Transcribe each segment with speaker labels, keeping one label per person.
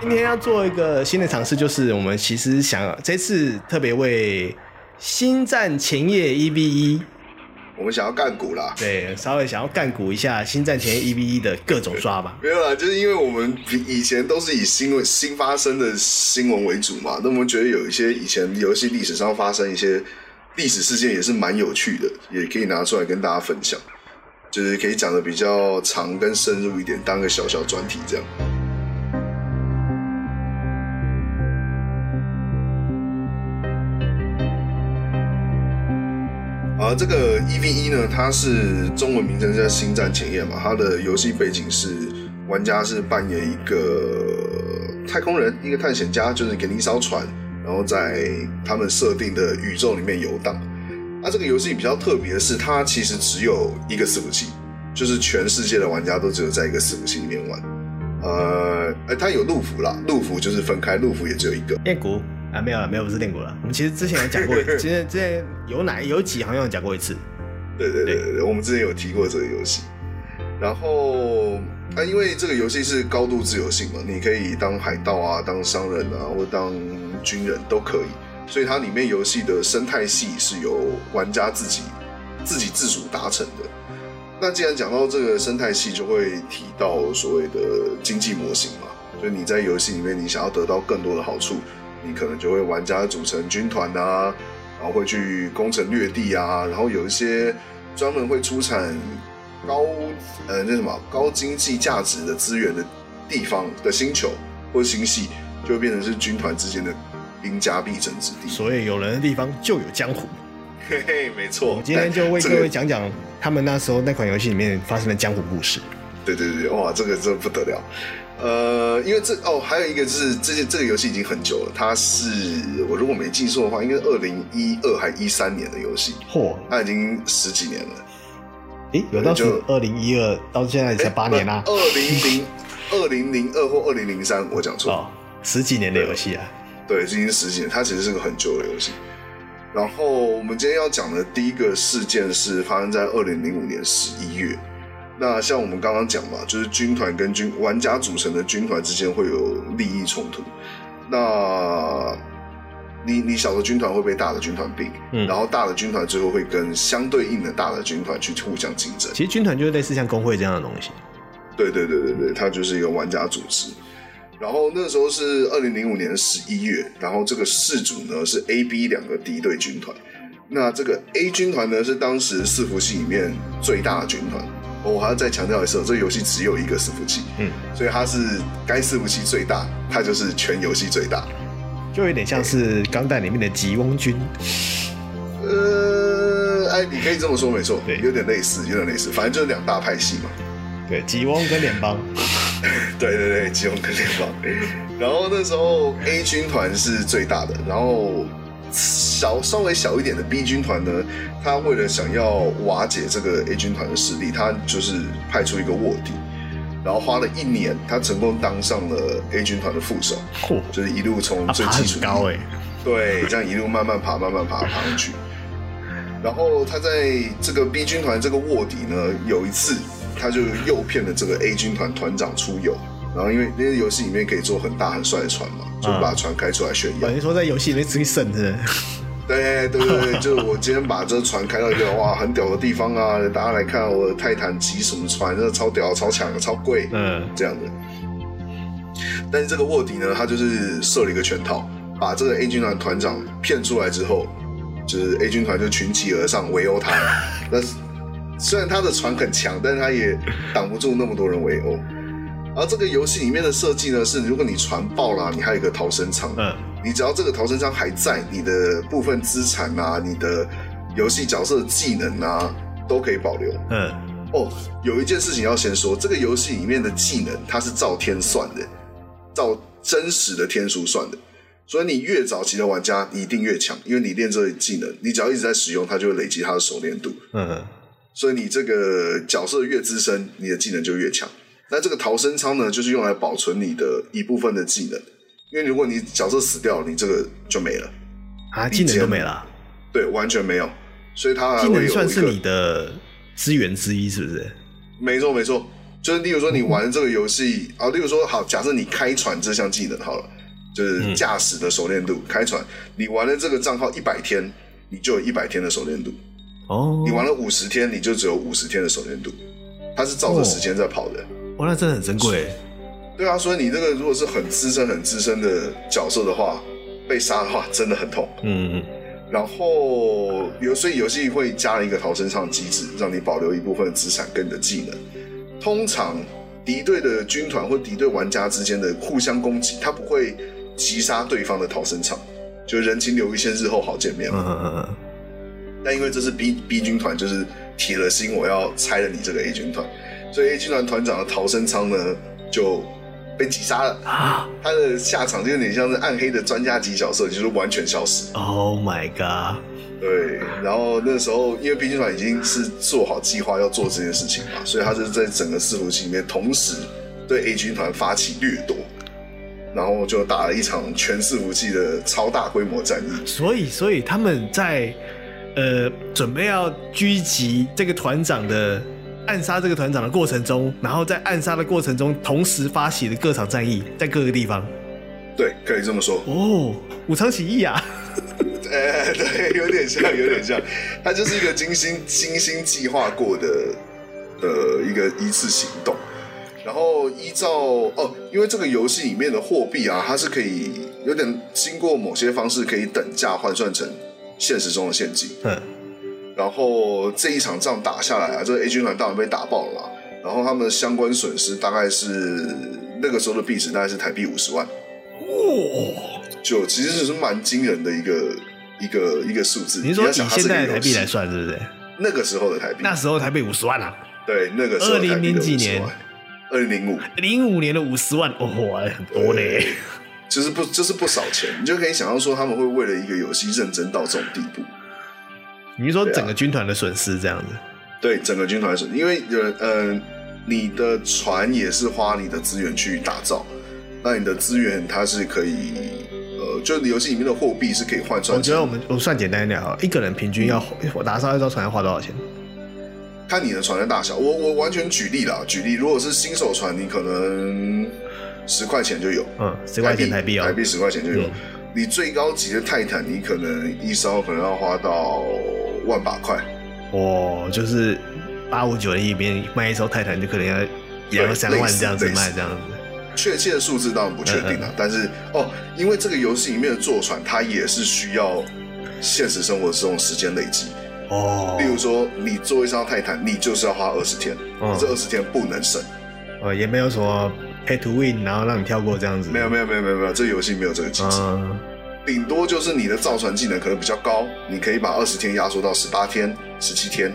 Speaker 1: 今天要做一个新的尝试，就是我们其实想这次特别为《星战前夜一 v 一》
Speaker 2: 我们想要干股啦。
Speaker 1: 对稍微想要干股一下《星战前夜一 v 一》的各种刷吧。
Speaker 2: 没有啦，就是因为我们以前都是以新闻新发生的新闻为主嘛，那我们觉得有一些以前游戏历史上发生一些历史事件也是蛮有趣的，也可以拿出来跟大家分享，就是可以讲的比较长跟深入一点，当个小小专题这样。啊，这个 E V 一呢，它是中文名称叫《星战前夜》嘛，它的游戏背景是玩家是扮演一个太空人，一个探险家，就是给你一艘船，然后在他们设定的宇宙里面游荡。那、这个游戏比较特别的是，它其实只有一个伺服器，就是全世界的玩家都只有在一个伺服器里面玩。呃，哎，它有路服啦，路服就是分开，路服也只有一个。
Speaker 1: 练鼓啊，没有了，没有，不是练鼓了。我们其实之前有讲过，其实之前有哪有几好像有讲过一次。
Speaker 2: 对对
Speaker 1: 对
Speaker 2: 对对，我们之前有提过这个游戏。然后啊，因为这个游戏是高度自由性嘛，你可以当海盗啊，当商人啊，或当军人都可以，所以它里面游戏的生态系是由玩家自己自己自主达成的。那既然讲到这个生态系，就会提到所谓的经济模型嘛，就是你在游戏里面你想要得到更多的好处，你可能就会玩家组成军团啊，然后会去攻城略地啊，然后有一些专门会出产高呃那什么高经济价值的资源的地方的星球或星系，就会变成是军团之间的兵家必争之地。
Speaker 1: 所以有人的地方就有江湖。
Speaker 2: 嘿嘿，没
Speaker 1: 我
Speaker 2: 错
Speaker 1: 们。今天就为
Speaker 2: 这
Speaker 1: 各
Speaker 2: 个
Speaker 1: 位讲讲他们那时候那款游戏里面发生的江湖故事。
Speaker 2: 对对对，哇，这个真不得了。呃，因为这哦，还有一个就是这些这个游戏已经很久了，它是我如果没记错的话，应该是二零一二还一三年的游戏，
Speaker 1: 嚯，
Speaker 2: 它已经十几年了，
Speaker 1: 诶，有到
Speaker 2: 就哎
Speaker 1: 二零一二到现在才八年啊啦、
Speaker 2: 二零零二零零二或二零零三，我讲错，
Speaker 1: 哦，十几年的游戏啊。
Speaker 2: 对，已经十几年，它其实是个很久的游戏。然后我们今天要讲的第一个事件是发生在二零零五年十一月。那像我们刚刚讲嘛，就是军团跟军玩家组成的军团之间会有利益冲突。那你你小的军团会被大的军团并，
Speaker 1: 嗯
Speaker 2: 然后大的军团最后会跟相对应的大的军团去互相竞争。
Speaker 1: 其实军团就是类似像工会这样的东西。
Speaker 2: 对对对对对，它就是一个玩家组织。然后那时候是二零零五年十一月，然后这个事主呢是 A、B 两个敌对军团。那这个 A 军团呢是当时伺服器里面最大的军团。哦我还要再强调一次哦，这个游戏只有一个伺服器，
Speaker 1: 嗯，
Speaker 2: 所以它是该伺服器最大，它就是全游戏最大。
Speaker 1: 就有点像是钢弹里面的吉翁军。
Speaker 2: 呃，哎，你可以这么说，没错，
Speaker 1: 对
Speaker 2: 有点类似，有点类似，反正就是两大派系嘛。
Speaker 1: 对，吉翁跟联邦。
Speaker 2: 对对对，吉隆跟联邦。然后那时候 A 军团是最大的，然后小稍微小一点的 B 军团呢，他为了想要瓦解这个 A 军团的势力，他就是派出一个卧底，然后花了一年，他成功当上了 A 军团的副手，
Speaker 1: 嚯，
Speaker 2: 就是一路从
Speaker 1: 他
Speaker 2: 最
Speaker 1: 爬
Speaker 2: 基础
Speaker 1: 很高哎、
Speaker 2: 对，这样一路慢慢爬，慢慢爬，爬上去。然后他在这个 B 军团这个卧底呢，有一次他就诱骗了这个 A 军团团长出游，然后因为那个游戏里面可以做很大很帅的船嘛，就把船开出来炫耀。
Speaker 1: 等于说在游戏里面最胜的。
Speaker 2: 对对对，对就是我今天把这船开到一个哇很屌的地方啊，大家来看我的泰坦级什么船，真的超屌、超强、超贵。
Speaker 1: 嗯，
Speaker 2: 这样的。但是这个卧底呢，他就是设了一个圈套，把这个 A 军团团长骗出来之后，就是 A 军团就群起而上围殴他。 那虽然他的船很强，但他也挡不住那么多人围殴。而这个游戏里面的设计呢，是如果你船爆了，你还有一个逃生舱。
Speaker 1: 嗯，
Speaker 2: 你只要这个逃生舱还在，你的部分资产啊，你的游戏角色的技能啊，都可以保留。
Speaker 1: 嗯，
Speaker 2: 哦，有一件事情要先说，这个游戏里面的技能它是照天算的，照真实的天数算的，所以你越早期的玩家，你一定越强，因为你练这个技能，你只要一直在使用，它就会累积它的熟练度，
Speaker 1: 嗯，
Speaker 2: 所以你这个角色越资深，你的技能就越强。那这个逃生舱呢，就是用来保存你的一部分的技能，因为如果你角色死掉了，你这个就没了，
Speaker 1: 啊，技能都没了，
Speaker 2: 对，完全没有，所以它还
Speaker 1: 技
Speaker 2: 会有
Speaker 1: 能
Speaker 2: 一个
Speaker 1: 算是你的资源之一，是不是？
Speaker 2: 没错没错，就是例如说你玩这个游戏啊，例如说好，假设你开船这项技能好了，就是驾驶的熟练度，开船，你玩了这个账号一百天，你就有一百天的熟练度；
Speaker 3: 哦，
Speaker 2: 你玩了五十天，你就只有五十天的熟练度。它是照着时间在跑的，
Speaker 3: 哇，那真的很珍贵。
Speaker 2: 对啊，所以你这个如果是很资深、很资深的角色的话，被杀的话真的很痛。
Speaker 3: 嗯，
Speaker 2: 然后有，所以游戏会加了一个逃生上机制，让你保留一部分的资产跟你的技能。通常敌对的军团或敌对玩家之间的互相攻击，他不会击杀对方的逃生场，就人情留一线，日后好见面
Speaker 3: 嗯
Speaker 2: 嘛。
Speaker 3: 嗯嗯
Speaker 2: 但因为这是 B B 军团，就是铁了心我要拆了你这个 A 军团，所以 A 军团团长的逃生舱呢就被击杀了。
Speaker 3: 嗯啊
Speaker 2: 他的下场就有点像是暗黑的专家级角色，就是完全消失。
Speaker 3: ，Oh my god，
Speaker 2: 对，然后那时候因为 B 军团已经是做好计划要做这件事情嘛，所以他就是在整个伺服器里面同时对 A 军团发起掠夺，然后就打了一场全伺服器的超大规模战役。
Speaker 1: 所以，所以他们在呃准备要狙击这个团长的暗杀这个团长的过程中，然后在暗杀的过程中，同时发起了各场战役，在各个地方。
Speaker 2: 对，可以这么说。
Speaker 1: 哦，武昌起义 啊！
Speaker 2: 哎，对，有点像，有点像，它就是一个精心精心计划过的的一个一次行动。然后依照哦，因为这个游戏里面的货币啊，它是可以有点经过某些方式可以等价换算成现实中的现金。
Speaker 1: 嗯，
Speaker 2: 然后这一场仗打下来啊，这个 A 军团当然被打爆了啦。然后他们的相关损失大概是那个时候的币值大概是台币五十万，
Speaker 1: 哇，
Speaker 2: 就其实是蛮惊人的一个一个一个数字。
Speaker 1: 您说
Speaker 2: 要
Speaker 1: 以
Speaker 2: 想它
Speaker 1: 现
Speaker 2: 是个
Speaker 1: 在的台币
Speaker 2: 游戏
Speaker 1: 来算，对不对？
Speaker 2: 那个时候的台币，
Speaker 1: 那时候台币五十万啊，
Speaker 2: 对那个时候的台币
Speaker 1: 2000几年，
Speaker 2: 二零零五，
Speaker 1: 零五年的五十万，哦，很多呢。
Speaker 2: 就是不就是不少钱，你就可以想象说他们会为了一个游戏认真到这种地步。
Speaker 1: 你说整个军团的损失这样子？
Speaker 2: 对整个军团是，因为有人呃，你的船也是花你的资源去打造，那你的资源它是可以呃，就是游戏里面的货币是可以换算成。
Speaker 1: 我觉得我们我算简单一点好了，一个人平均要我打造一艘船要花多少钱？
Speaker 2: 看你的船的大小，我我完全举例啦，举例，如果是新手船，你可能十块钱就有，
Speaker 1: 嗯，十块钱台币哦。
Speaker 2: 台币十块钱就有。
Speaker 1: 嗯
Speaker 2: 你最高级的泰坦，你可能一艘可能要花到万把块，
Speaker 1: 哦，就是八五九里边卖一艘泰坦就可能要两三万这样子卖这样子。
Speaker 2: 确切的数字当然不确定
Speaker 1: 嗯
Speaker 2: 啦。但是哦，因为这个游戏里面的坐船，它也是需要现实生活中时间累积。
Speaker 1: 哦，
Speaker 2: 例如说，你做一艘泰坦，你就是要花二十天，
Speaker 1: 嗯
Speaker 2: 这二十天不能省。
Speaker 1: 呃，也没有什么 pay to win，然后让你跳过这样子。
Speaker 2: 没有没有没有没有没有，这游戏没有这个机制，
Speaker 1: 嗯，
Speaker 2: 顶多就是你的造船技能可能比较高，你可以把二十天压缩到十八天、十七天。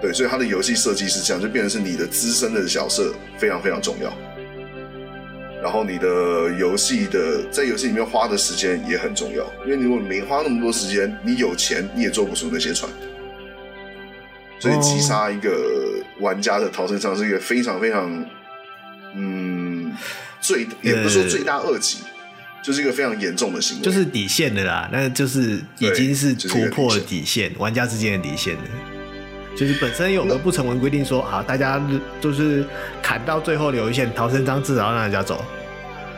Speaker 2: 对，所以它的游戏设计是这样，就变成是你的资深的角色非常非常重要，然后你的游戏的在游戏里面花的时间也很重要，因为你如果没花那么多时间，你有钱你也做不出那些船。所以击杀一个玩家的逃生舱是一个非常非常，嗯，最也不是说最大恶极，就是一个非常严重的行为。
Speaker 1: 就是底线的啦，那就是已经是
Speaker 2: 对
Speaker 1: 突破了底线，玩家之间的底线了。就是本身有个不成文规定说，啊，大家就是砍到最后留一线，逃生章至少要让人家走。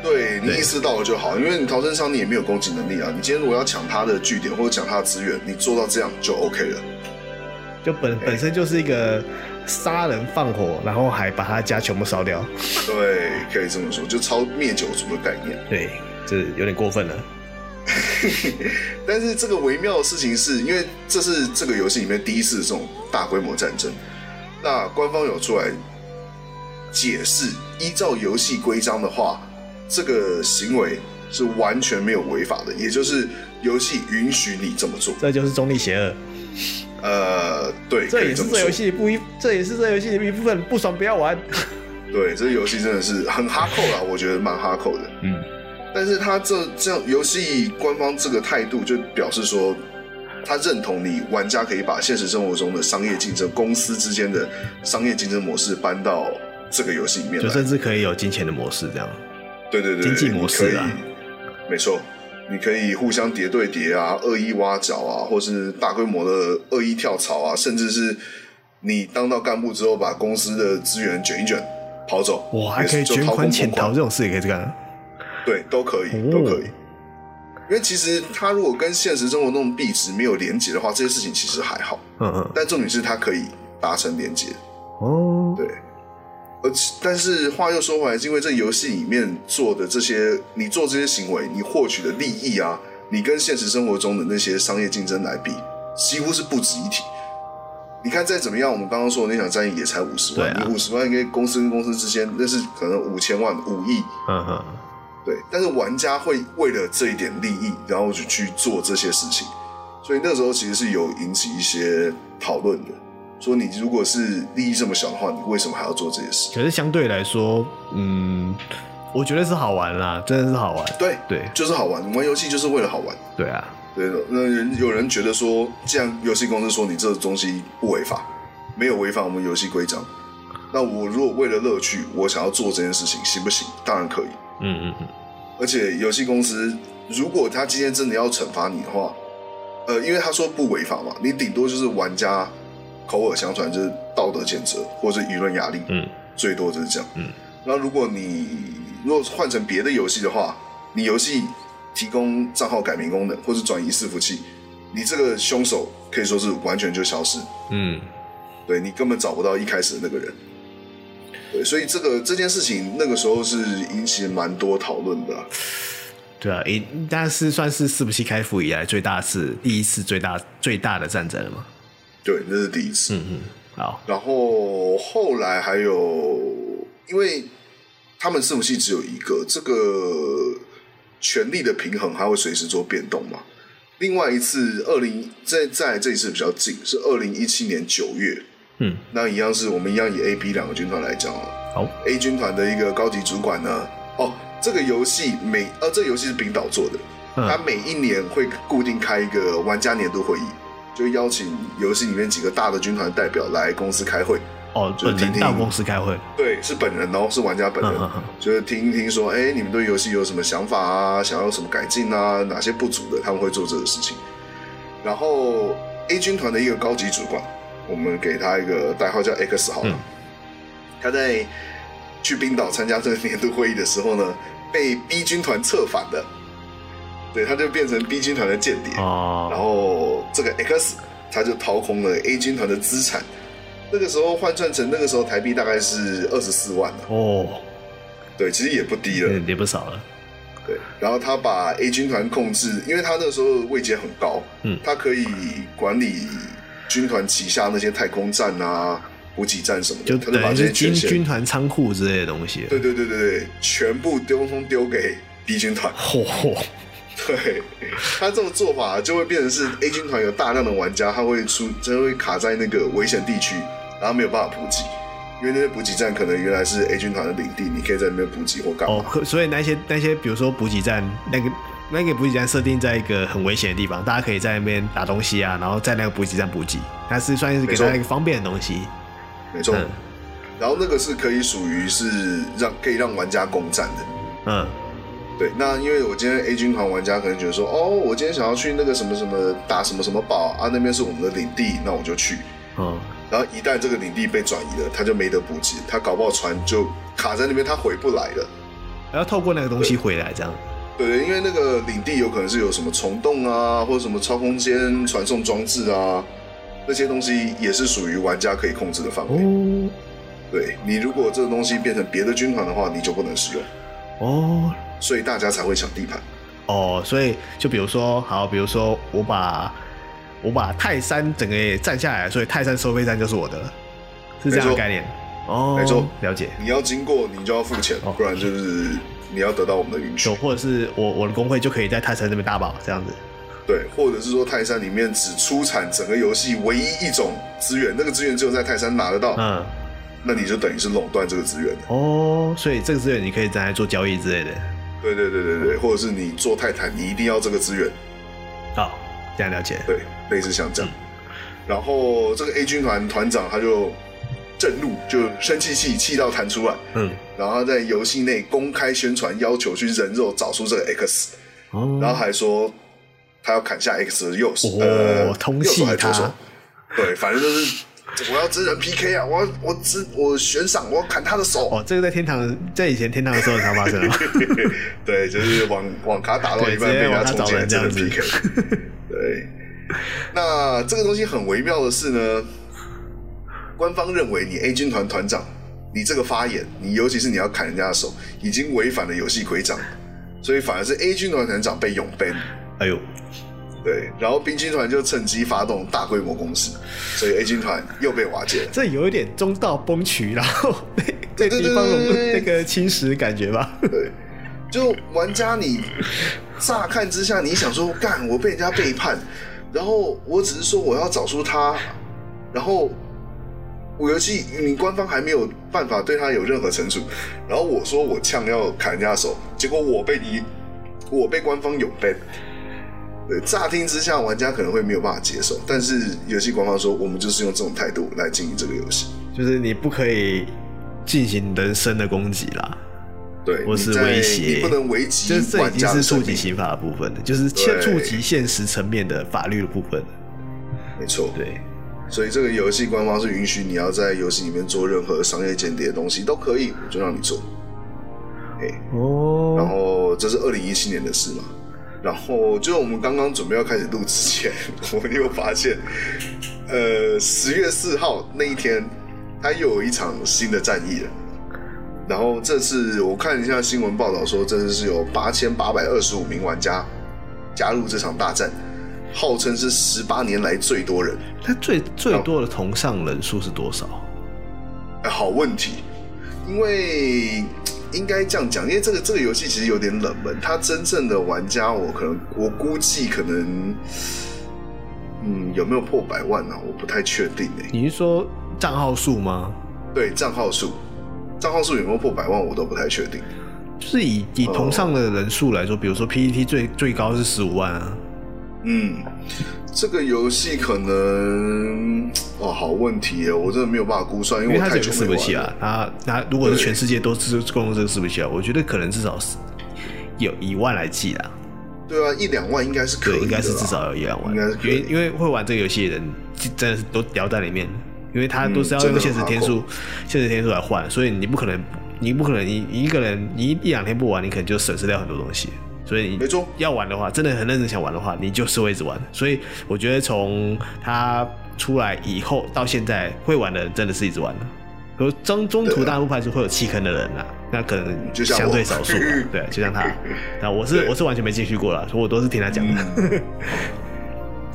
Speaker 2: 对你
Speaker 1: 对
Speaker 2: 意识到了就好，因为你逃生舱你也没有攻击能力啊。你今天如果要抢他的据点或者抢他的资源，你做到这样就 OK 了。
Speaker 1: 就本
Speaker 2: 哎
Speaker 1: 本身就是一个杀人放火，然后还把他家全部烧掉，
Speaker 2: 对，可以这么说，就超灭九族的概念。
Speaker 1: 对，这有点过分了。
Speaker 2: 但是这个微妙的事情是，因为这是这个游戏里面第一次这种大规模战争，那官方有出来解释，依照游戏规章的话，这个行为是完全没有违法的，也就是游戏允许你这么做。
Speaker 1: 这就是中立邪 恶，
Speaker 2: 呃，对，
Speaker 1: 这
Speaker 2: 可以
Speaker 1: 也是
Speaker 2: 么
Speaker 1: 这游
Speaker 2: 说
Speaker 1: 戏不一，这也是这游戏的一部分，不爽不要玩。
Speaker 2: 对，这游戏真的是很哈扣啦，我觉得蛮哈扣的。
Speaker 1: 嗯，
Speaker 2: 但是他这这样游戏官方这个态度，就表示说，他认同你玩家可以把现实生活中的商业竞争、公司之间的商业竞争模式搬到这个游戏里面
Speaker 1: 就
Speaker 2: 来。
Speaker 1: 甚至可以有金钱的模式这样。
Speaker 2: 对对对，
Speaker 1: 经济模式啊
Speaker 2: 你可以，没错，你可以互相叠对叠啊，恶意挖角啊，或是大规模的恶意跳槽啊，甚至是你当到干部之后，把公司的资源卷一卷，跑走，
Speaker 1: 哇，还
Speaker 2: 也
Speaker 1: 可
Speaker 2: 是
Speaker 1: 以
Speaker 2: 就
Speaker 1: 卷
Speaker 2: 掏空
Speaker 1: 款潜
Speaker 2: 公
Speaker 1: 逃
Speaker 2: 款
Speaker 1: 这种事也可以干啊。
Speaker 2: 对，都可以，
Speaker 1: 哦
Speaker 2: 都可以。因为其实它如果跟现实生活中的币值没有连接的话，这些事情其实还好。
Speaker 1: 嗯嗯，
Speaker 2: 但重点是它可以达成连接，
Speaker 1: 哦，
Speaker 2: 对。而且，但是话又说回来，是因为这游戏里面做的这些，你做这些行为，你获取的利益啊，你跟现实生活中的那些商业竞争来比，几乎是不值一提。你看，再怎么样，我们刚刚说的那场战役也才五十万，
Speaker 1: 对啊
Speaker 2: 你五十万跟公司跟公司之间，那是可能五千万、五亿，
Speaker 1: 嗯嗯，
Speaker 2: 对，但是玩家会为了这一点利益，然后就去做这些事情，所以那时候其实是有引起一些讨论的，说你如果是利益这么小的话，你为什么还要做这些事？
Speaker 1: 可是相对来说，嗯，我觉得是好玩啦，真的是好玩。
Speaker 2: 对，
Speaker 1: 对
Speaker 2: 就是好玩，玩游戏就是为了好玩。
Speaker 1: 对啊，
Speaker 2: 对，那人有人觉得说，既然游戏公司说你这个东西不违法，没有违反我们游戏规章，那我如果为了乐趣，我想要做这件事情，行不行？当然可以。
Speaker 1: 嗯嗯嗯，
Speaker 2: 而且游戏公司如果他今天真的要惩罚你的话，呃，因为他说不违法嘛，你顶多就是玩家口耳相传，就是道德谴责或者舆论压力，
Speaker 1: 嗯，
Speaker 2: 最多就是这样。
Speaker 1: 嗯，
Speaker 2: 那如果你如果换成别的游戏的话，你游戏提供账号改名功能或者转移伺服器，你这个凶手可以说是完全就消失，
Speaker 1: 嗯，
Speaker 2: 对你根本找不到一开始的那个人。对，所以这个这件事情那个时候是引起蛮多讨论的啊、
Speaker 1: 对啊，一但是算是四不七开服以来最大次第一次最大最大的战争了嘛。
Speaker 2: 对，那是第一次。
Speaker 1: 嗯嗯，好，
Speaker 2: 然后后来还有，因为他们伺服器只有一个，这个权力的平衡它会随时做变动嘛。另外一次，二零在在这一次比较近，是二零一七年九月，
Speaker 1: 嗯，
Speaker 2: 那一样是我们一样以 A、B 两个军团来讲啊。
Speaker 1: 好，
Speaker 2: A 军团的一个高级主管呢，哦，这个游戏每呃，这个游戏是冰岛做的，他
Speaker 1: 嗯
Speaker 2: 每一年会固定开一个玩家年度会议，就邀请游戏里面几个大的军团代表来公司开会。
Speaker 1: 哦，
Speaker 2: 就是
Speaker 1: 本人
Speaker 2: 听
Speaker 1: 到
Speaker 2: 听
Speaker 1: 公司开会，
Speaker 2: 对，是本人哦，是玩家本
Speaker 1: 嗯
Speaker 2: 人，
Speaker 1: 嗯嗯，
Speaker 2: 就是听一听说，哎，你们对游戏有什么想法啊？想要有什么改进啊？哪些不足的，他们会做这个事情。然后 A 军团的一个高级主管，我们给他一个代号叫 X 好了。
Speaker 1: 嗯
Speaker 2: 他在去冰岛参加这个年度会议的时候呢，被 B 军团策反的，对，他就变成 B 军团的间谍。然
Speaker 1: 哦，
Speaker 2: 后这个 X 他就掏空了 A 军团的资产，那个时候换算成那个时候台币大概是二十四万呢、
Speaker 1: 哦，
Speaker 2: 对，其实也不低了，
Speaker 1: 也也不少了，
Speaker 2: 对。然后他把 A 军团控制，因为他那个时候位阶很高，
Speaker 1: 嗯
Speaker 2: 他可以管理军团旗下那些太空站啊、补给站什么的，
Speaker 1: 就
Speaker 2: 他就把
Speaker 1: 等于
Speaker 2: 这些
Speaker 1: 是
Speaker 2: 权
Speaker 1: 军
Speaker 2: 限，
Speaker 1: 军团仓库之类的东西。
Speaker 2: 对对对对对，全部丢通丢给 B 军团，
Speaker 1: 嚯嚯，
Speaker 2: 对他这种做法就会变成是 A 军团有大量的玩家，他会出，他会卡在那个危险地区，然后没有办法补给，因为那些补给站可能原来是 A 军团的领地，你可以在那边补给或干嘛。
Speaker 1: 哦，可所以那些那些，比如说补给站，那个那个补给站设定在一个很危险的地方，大家可以在那边打东西啊，然后在那个补给站补给，它是算是给
Speaker 2: 没错
Speaker 1: 大家一个方便的东西。
Speaker 2: 没错。
Speaker 1: 嗯
Speaker 2: 然后那个是可以属于是让可以让玩家攻占的。
Speaker 1: 嗯，
Speaker 2: 对，那因为我今天 A 军团玩家可能觉得说，哦，我今天想要去那个什么什么打什么什么堡啊，那边是我们的领地，那我就去。
Speaker 1: 哦，
Speaker 2: 然后一旦这个领地被转移了，他就没得补给，他搞不好船就卡在那边，他回不来了。
Speaker 1: 然后透过那个东西回来，这样。
Speaker 2: 对，因为那个领地有可能是有什么虫洞啊，或者什么超空间传送装置啊，那些东西也是属于玩家可以控制的范围。
Speaker 1: 哦
Speaker 2: 对你如果这个东西变成别的军团的话，你就不能使用，
Speaker 1: 哦
Speaker 2: 所以大家才会抢地盘。
Speaker 1: 哦，所以就比如说，好，比如说我把我把泰山整个也占下来，所以泰山收费站就是我的了，是这样
Speaker 2: 没
Speaker 1: 的
Speaker 2: 错
Speaker 1: 概念。哦，
Speaker 2: 没错
Speaker 1: 了解。
Speaker 2: 你要经过，你就要付钱
Speaker 1: 哦，
Speaker 2: 不然就是你要得到我们的允许
Speaker 1: 就。或者是我我的工会就可以在泰山这边大宝这样子。
Speaker 2: 对，或者是说泰山里面只出产整个游戏唯一一种资源，那个资源只有在泰山拿得到，
Speaker 1: 嗯，
Speaker 2: 那你就等于是垄断这个资源了。
Speaker 1: 哦，所以这个资源你可以拿来做交易之类的。
Speaker 2: 对对对对对，或者是你做泰坦，你一定要这个资源。
Speaker 1: 好、这样了解。
Speaker 2: 对，类似像这样。
Speaker 1: 嗯
Speaker 2: 然后这个 A 军团团长他就震怒，就生气气气到弹出来，
Speaker 1: 嗯，
Speaker 2: 然后他在游戏内公开宣传，要求去人肉找出这个 X，
Speaker 1: 哦，
Speaker 2: 然后还说他要砍下 X 的右手，
Speaker 1: 哦
Speaker 2: 呃，
Speaker 1: 通
Speaker 2: 右
Speaker 1: 缉
Speaker 2: 手还是左
Speaker 1: 他
Speaker 2: 手，对，反正就是我要真人 PK 啊！我要我只我悬赏，我要砍他的手。
Speaker 1: 哦，这个在天堂，在以前天堂的时候很常发生啊。
Speaker 2: 对，就是网网卡打到一半
Speaker 1: 对
Speaker 2: 被人家
Speaker 1: 直接
Speaker 2: 冲进
Speaker 1: 网卡找
Speaker 2: 来
Speaker 1: 人这
Speaker 2: 真的
Speaker 1: 样
Speaker 2: PK。对， 那这个东西很微妙的是呢，官方认为你 A 军团团长，你这个发言，你尤其是你要砍人家的手，已经违反了游戏规章，所以反而是 A 军团团长被永 ban。
Speaker 3: 哎呦，
Speaker 2: 对，然后兵军团就趁机发动大规模攻势，所以 A 军团又被瓦解了。
Speaker 1: 这有一点中道崩殂，然后被被
Speaker 2: 对对
Speaker 1: 敌方
Speaker 2: 对
Speaker 1: 融
Speaker 2: 对
Speaker 1: 那
Speaker 2: 对
Speaker 1: 个侵蚀的感觉吧。
Speaker 2: 对，就玩家你乍看之下，你想说干我被人家背叛，然后我只是说我要找出他，然后我游戏你官方还没有办法对他有任何惩处，然后我说我呛要砍人家手，结果我被你我被官方永 ban。对，乍听之下，玩家可能会没有办法接受，但是游戏官方说，我们就是用这种态度来经营这个游戏。
Speaker 1: 就是你不可以进行人身的攻击啦，
Speaker 2: 对，
Speaker 1: 或是
Speaker 2: 你在
Speaker 1: 威胁
Speaker 2: 你不能危及
Speaker 1: 就是这
Speaker 2: 玩
Speaker 1: 已经
Speaker 2: 家
Speaker 1: 是
Speaker 2: 的生
Speaker 1: 触
Speaker 2: 命。
Speaker 1: 及刑法的部分的，就是切
Speaker 2: 对
Speaker 1: 触及现实层面的法律的部分了
Speaker 2: 没错，
Speaker 1: 对，
Speaker 2: 所以这个游戏官方是允许你要在游戏里面做任何商业间谍的东西都可以，我就让你做。然
Speaker 1: 哦，
Speaker 2: 后这是二零一七年的事嘛。然后就我们刚刚准备要开始录之前， 我们又发现，呃，十月四号那一天，他又有一场新的战役了。然后这次我看一下新闻报道说，这次是有八千八百二十五名玩家加入这场大战，号称是十八年来最多人。
Speaker 1: 他最最多的同上人数是多少？
Speaker 2: 哎，好问题，因为嘖应该这样讲，因为这个这个游戏其实有点冷门，它真正的玩家我可能我估计可能，嗯，有没有破百万呢、啊？我不太确定哎、
Speaker 1: 你是说账号数吗？
Speaker 2: 对，账号数，账号数有没有破百万，我都不太确定。
Speaker 1: 就是以以
Speaker 2: 呃
Speaker 1: 同上的人数来说，比如说 PPT 最最高是十五万啊，
Speaker 2: 嗯，这个游戏可能嘖哦，好问题耶，我真的没有办法估算，因
Speaker 1: 因
Speaker 2: 为
Speaker 1: 为
Speaker 2: 我
Speaker 1: 它只
Speaker 2: 太
Speaker 1: 有一个
Speaker 2: 久没
Speaker 1: 伺服
Speaker 2: 玩
Speaker 1: 器
Speaker 2: 了
Speaker 1: 啊。。那那如果是
Speaker 2: 对
Speaker 1: 全世界都是共用这个伺服器啊，我觉得可能至少是有一万来计啦。
Speaker 2: 对啊，一两万应该是可以
Speaker 1: 对，
Speaker 2: 的啦，
Speaker 1: 应该是至少有一两万，
Speaker 2: 应该是可
Speaker 1: 因
Speaker 2: 以
Speaker 1: 为因为会玩这个游戏的人真的是都聊在里面，因为他
Speaker 2: 嗯
Speaker 1: 都是要
Speaker 2: 真的
Speaker 1: 用
Speaker 2: 很
Speaker 1: 现实天数、现实天数来换，所以你不可能，你不可能，你你一个人你一两天不玩，你可能就损失掉很多东西。所以
Speaker 2: 没
Speaker 1: 你
Speaker 2: 错
Speaker 1: 要玩的话，真的很认真想玩的话，你就是会一直玩。所以我觉得从它出来以后到现在，会玩的人真的是一直玩的。有中中途
Speaker 2: 对啊
Speaker 1: 当然不排除会有弃坑的人啦，那可能
Speaker 2: 就像
Speaker 1: 相
Speaker 2: 我
Speaker 1: 对 少数啦，对，就像他。那我是
Speaker 2: 对
Speaker 1: 我是完全没进去过了，所以我都是听他讲的。
Speaker 2: 嗯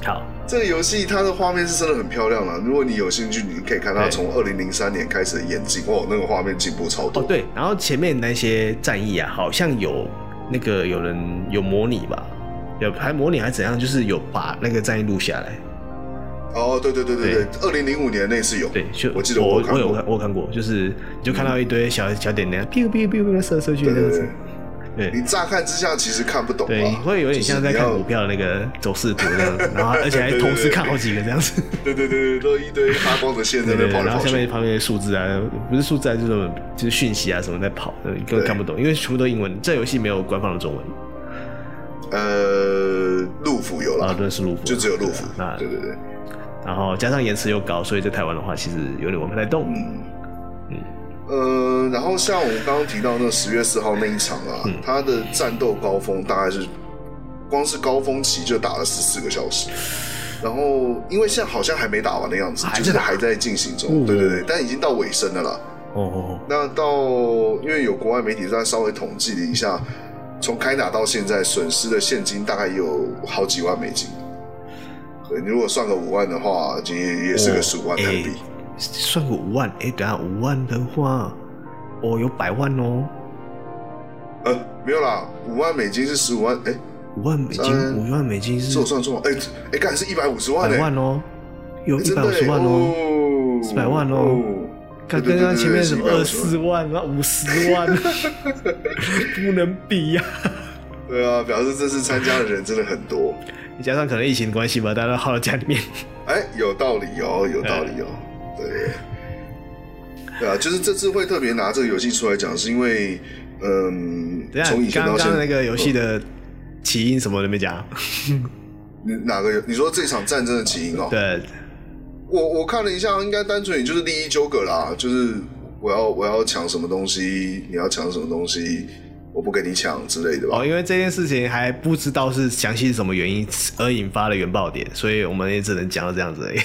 Speaker 1: 好，
Speaker 2: 这个游戏它的画面是真的很漂亮啦，如果你有兴趣，你可以看它从二零零三年开始的演进，哇，那个画面进步超多。
Speaker 1: 哦对，然后前面那些战役啊，好像有那个有人有模拟吧，有还模拟还怎样，就是有把那个战役录下来。
Speaker 2: 哦，对对对对对
Speaker 1: 对，
Speaker 2: 二零零五年那次有，
Speaker 1: 对，就
Speaker 2: 我记得我
Speaker 1: 我
Speaker 2: 有看
Speaker 1: 有
Speaker 2: 过嗯
Speaker 1: 看我有看过，就是你就看到一堆小、小点点，哔哔哔哔射射去
Speaker 2: 对
Speaker 1: 这
Speaker 2: 对
Speaker 1: 样
Speaker 2: 对
Speaker 1: 子
Speaker 2: 对，，
Speaker 1: 对
Speaker 2: 你乍看之下其实看不懂
Speaker 1: 对，
Speaker 2: 啊，
Speaker 1: 会有点像在看
Speaker 2: 就是你
Speaker 1: 股
Speaker 2: 要
Speaker 1: 票的那个走势图这样 子，然后而且还同时看好几个这样子。
Speaker 2: 对对对对，都一堆发光的线在
Speaker 1: 对
Speaker 2: 那
Speaker 1: 对
Speaker 2: 边跑
Speaker 1: 对，
Speaker 2: 来
Speaker 1: 然
Speaker 2: 跑
Speaker 1: 后下
Speaker 2: 去
Speaker 1: 面。旁边的数字啊，不是数字啊，就是什么就是讯息啊什么在跑，呃你根
Speaker 2: 对
Speaker 1: 本看不懂，因为全部都英文。这游戏没有官方的中文，
Speaker 2: 呃，路服有
Speaker 1: 啊，
Speaker 2: 啦，
Speaker 1: 真的是路服啊，
Speaker 2: 就只有路服
Speaker 1: 对啊。
Speaker 2: 对对对，
Speaker 1: 那然后加上延迟又高，所以在台湾的话，其实有点玩不太动。
Speaker 2: 嗯。呃，然后像我们刚刚提到那十月四号那一场啊，
Speaker 1: 嗯
Speaker 2: 它的战斗高峰大概是光是高峰期就打了十四个小时，然后因为现在好像还没打完的样子，
Speaker 1: 还在
Speaker 2: 就是
Speaker 1: 打
Speaker 2: 还在进行中，
Speaker 1: 哦
Speaker 2: 对对对，但已经到尾声了啦。
Speaker 1: 哦哦，
Speaker 2: 那到因为有国外媒体在稍微统计了一下，从开打到现在损失的现金大概有好几万美金，对，你如果算个五万的话，也也是个十五万台币。
Speaker 1: 哦算个五万，哎，等一下五万的话，哦，有百万哦，
Speaker 2: 呃，没有啦，五万美金是十五万，哎、
Speaker 1: 五万美金，
Speaker 2: 三
Speaker 1: 五万美金
Speaker 2: 是
Speaker 1: 是
Speaker 2: 我算错吗？哎、哎，干是一百五十万
Speaker 1: 百
Speaker 2: 哎、
Speaker 1: 万哦，有
Speaker 2: 哎
Speaker 1: 一
Speaker 2: 真
Speaker 1: 百
Speaker 2: 的
Speaker 1: 五十万哦。
Speaker 2: 哦
Speaker 1: 100万哦看
Speaker 2: 对
Speaker 1: 刚
Speaker 2: 对
Speaker 1: 刚前面
Speaker 2: 对
Speaker 1: 什么
Speaker 2: 150
Speaker 1: 二
Speaker 2: 万
Speaker 1: 十万啊，五十万， 不能比呀、
Speaker 2: 对啊，表示这次参加的人真的很多。
Speaker 1: 加上可能疫情的关系吧，大家都耗在家里面。
Speaker 2: 哎，有道理哦，有道理哦，对，对啊，就是这次会特别拿这个游戏出来讲，是因为，嗯
Speaker 1: 等，
Speaker 2: 从以
Speaker 1: 一下，
Speaker 2: 前
Speaker 1: 刚
Speaker 2: 到现
Speaker 1: 刚
Speaker 2: 在
Speaker 1: 那
Speaker 2: 嗯
Speaker 1: 个游戏的起因什么都没讲。啊
Speaker 2: 你哪个游？你说这场战争的起因哦？
Speaker 1: 对，
Speaker 2: 我我看了一下，应该单纯也就是利益纠葛啦，就是我要我要抢什么东西，你要抢什么东西，我不给你抢之类的吧。
Speaker 1: 哦，因为这件事情还不知道是详细是什么原因而引发的原爆点，所以我们也只能讲到这样子而已。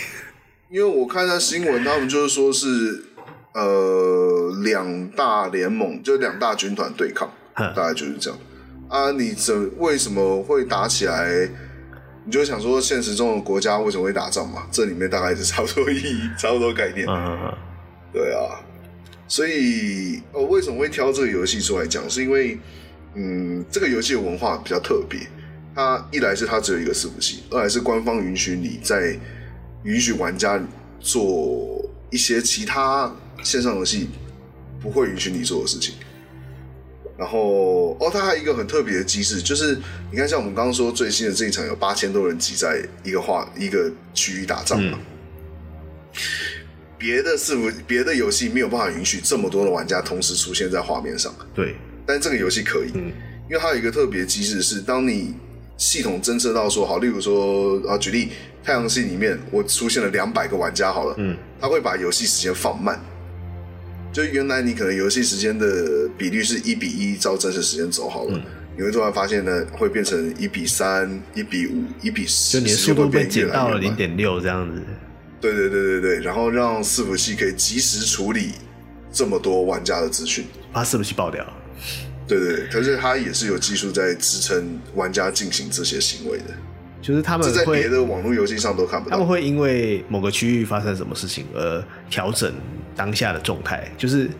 Speaker 2: 因为我看到新闻，他们就是说是呃两大联盟，就两大军团对抗，
Speaker 1: 哼
Speaker 2: 大概就是这样。啊，你怎为什么会打起来？你就想说现实中的国家为什么会打仗嘛？这里面大概是差不多意义，差不多概念。
Speaker 1: 嗯嗯嗯，
Speaker 2: 对啊，所以我、哦为什么会挑这个游戏出来讲，是因为嗯，这个游戏的文化比较特别。它一来是它只有一个伺服器，二来是官方允许你在允许玩家做一些其他线上游戏不会允许你做的事情。然后哦，它还有一个很特别的机制，就是你看，像我们刚刚说最新的这一场有八千多人挤在一个画一个区域打仗嘛，别的伺服别的游戏没有办法允许这么多的玩家同时出现在画面上，
Speaker 1: 对，
Speaker 2: 但这个游戏可以，
Speaker 1: 嗯
Speaker 2: 因为它有一个特别机制是，当你系统侦测到说好，例如说啊，举例太阳系里面我出现了两百个玩家好了，
Speaker 1: 嗯，
Speaker 2: 它会把游戏时间放慢。就原来你可能游戏时间的比率是一比一，照真实时间走
Speaker 1: 嗯
Speaker 2: 好了，你会突然发现呢，会变成一比三、一比五、一比十，
Speaker 1: 就你的
Speaker 2: 时间
Speaker 1: 速
Speaker 2: 会
Speaker 1: 度被
Speaker 2: 变
Speaker 1: 减
Speaker 2: 越来
Speaker 1: 到了
Speaker 2: 越慢
Speaker 1: 零点六这样子。
Speaker 2: 对对对对对，然后让伺服器可以及时处理这么多玩家的资讯。
Speaker 1: 把伺服器爆掉。
Speaker 2: 对对对，可是它也是有技术在支撑玩家进行这些行为的，
Speaker 1: 就是他们
Speaker 2: 这在别
Speaker 1: 会，
Speaker 2: 的网络游戏上都看不
Speaker 1: 他们
Speaker 2: 到。
Speaker 1: 会因为某个区域发生什么事情而调整当下的状态。就是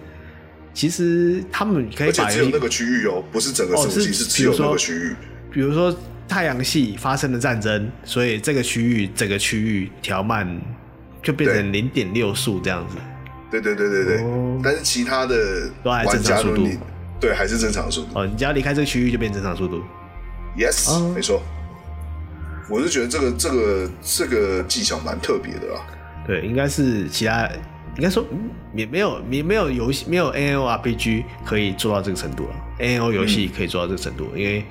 Speaker 1: 其实他们可以
Speaker 2: 而且
Speaker 1: 把
Speaker 2: 只有
Speaker 1: 游
Speaker 2: 那
Speaker 1: 戏，
Speaker 2: 个区域哦，不是整个
Speaker 1: 哦
Speaker 2: 伺服器，
Speaker 1: 是
Speaker 2: 是
Speaker 1: 比
Speaker 2: 只
Speaker 1: 如
Speaker 2: 有那
Speaker 1: 说
Speaker 2: 个区域。
Speaker 1: 比如说太阳系发生了战争，所以这个区域整个区域调慢就变成零点六速这样子。
Speaker 2: 对对对对对，
Speaker 1: 哦
Speaker 2: 但是其他的
Speaker 1: 都还
Speaker 2: 玩
Speaker 1: 正
Speaker 2: 家
Speaker 1: 常
Speaker 2: 都
Speaker 1: 速度
Speaker 2: 你对还是正常速度。
Speaker 1: 哦，你只要离开这个区域就变正常速度。
Speaker 2: Yes，、
Speaker 1: 哦
Speaker 2: 没错。我是觉得这个这个这个技巧蛮特别的啊啦。
Speaker 1: 对，应该是其他，应该说嗯也没有也没有游戏没有 N L R P G 可以做到这个程度了，N L 游戏可以做到这个程度，因为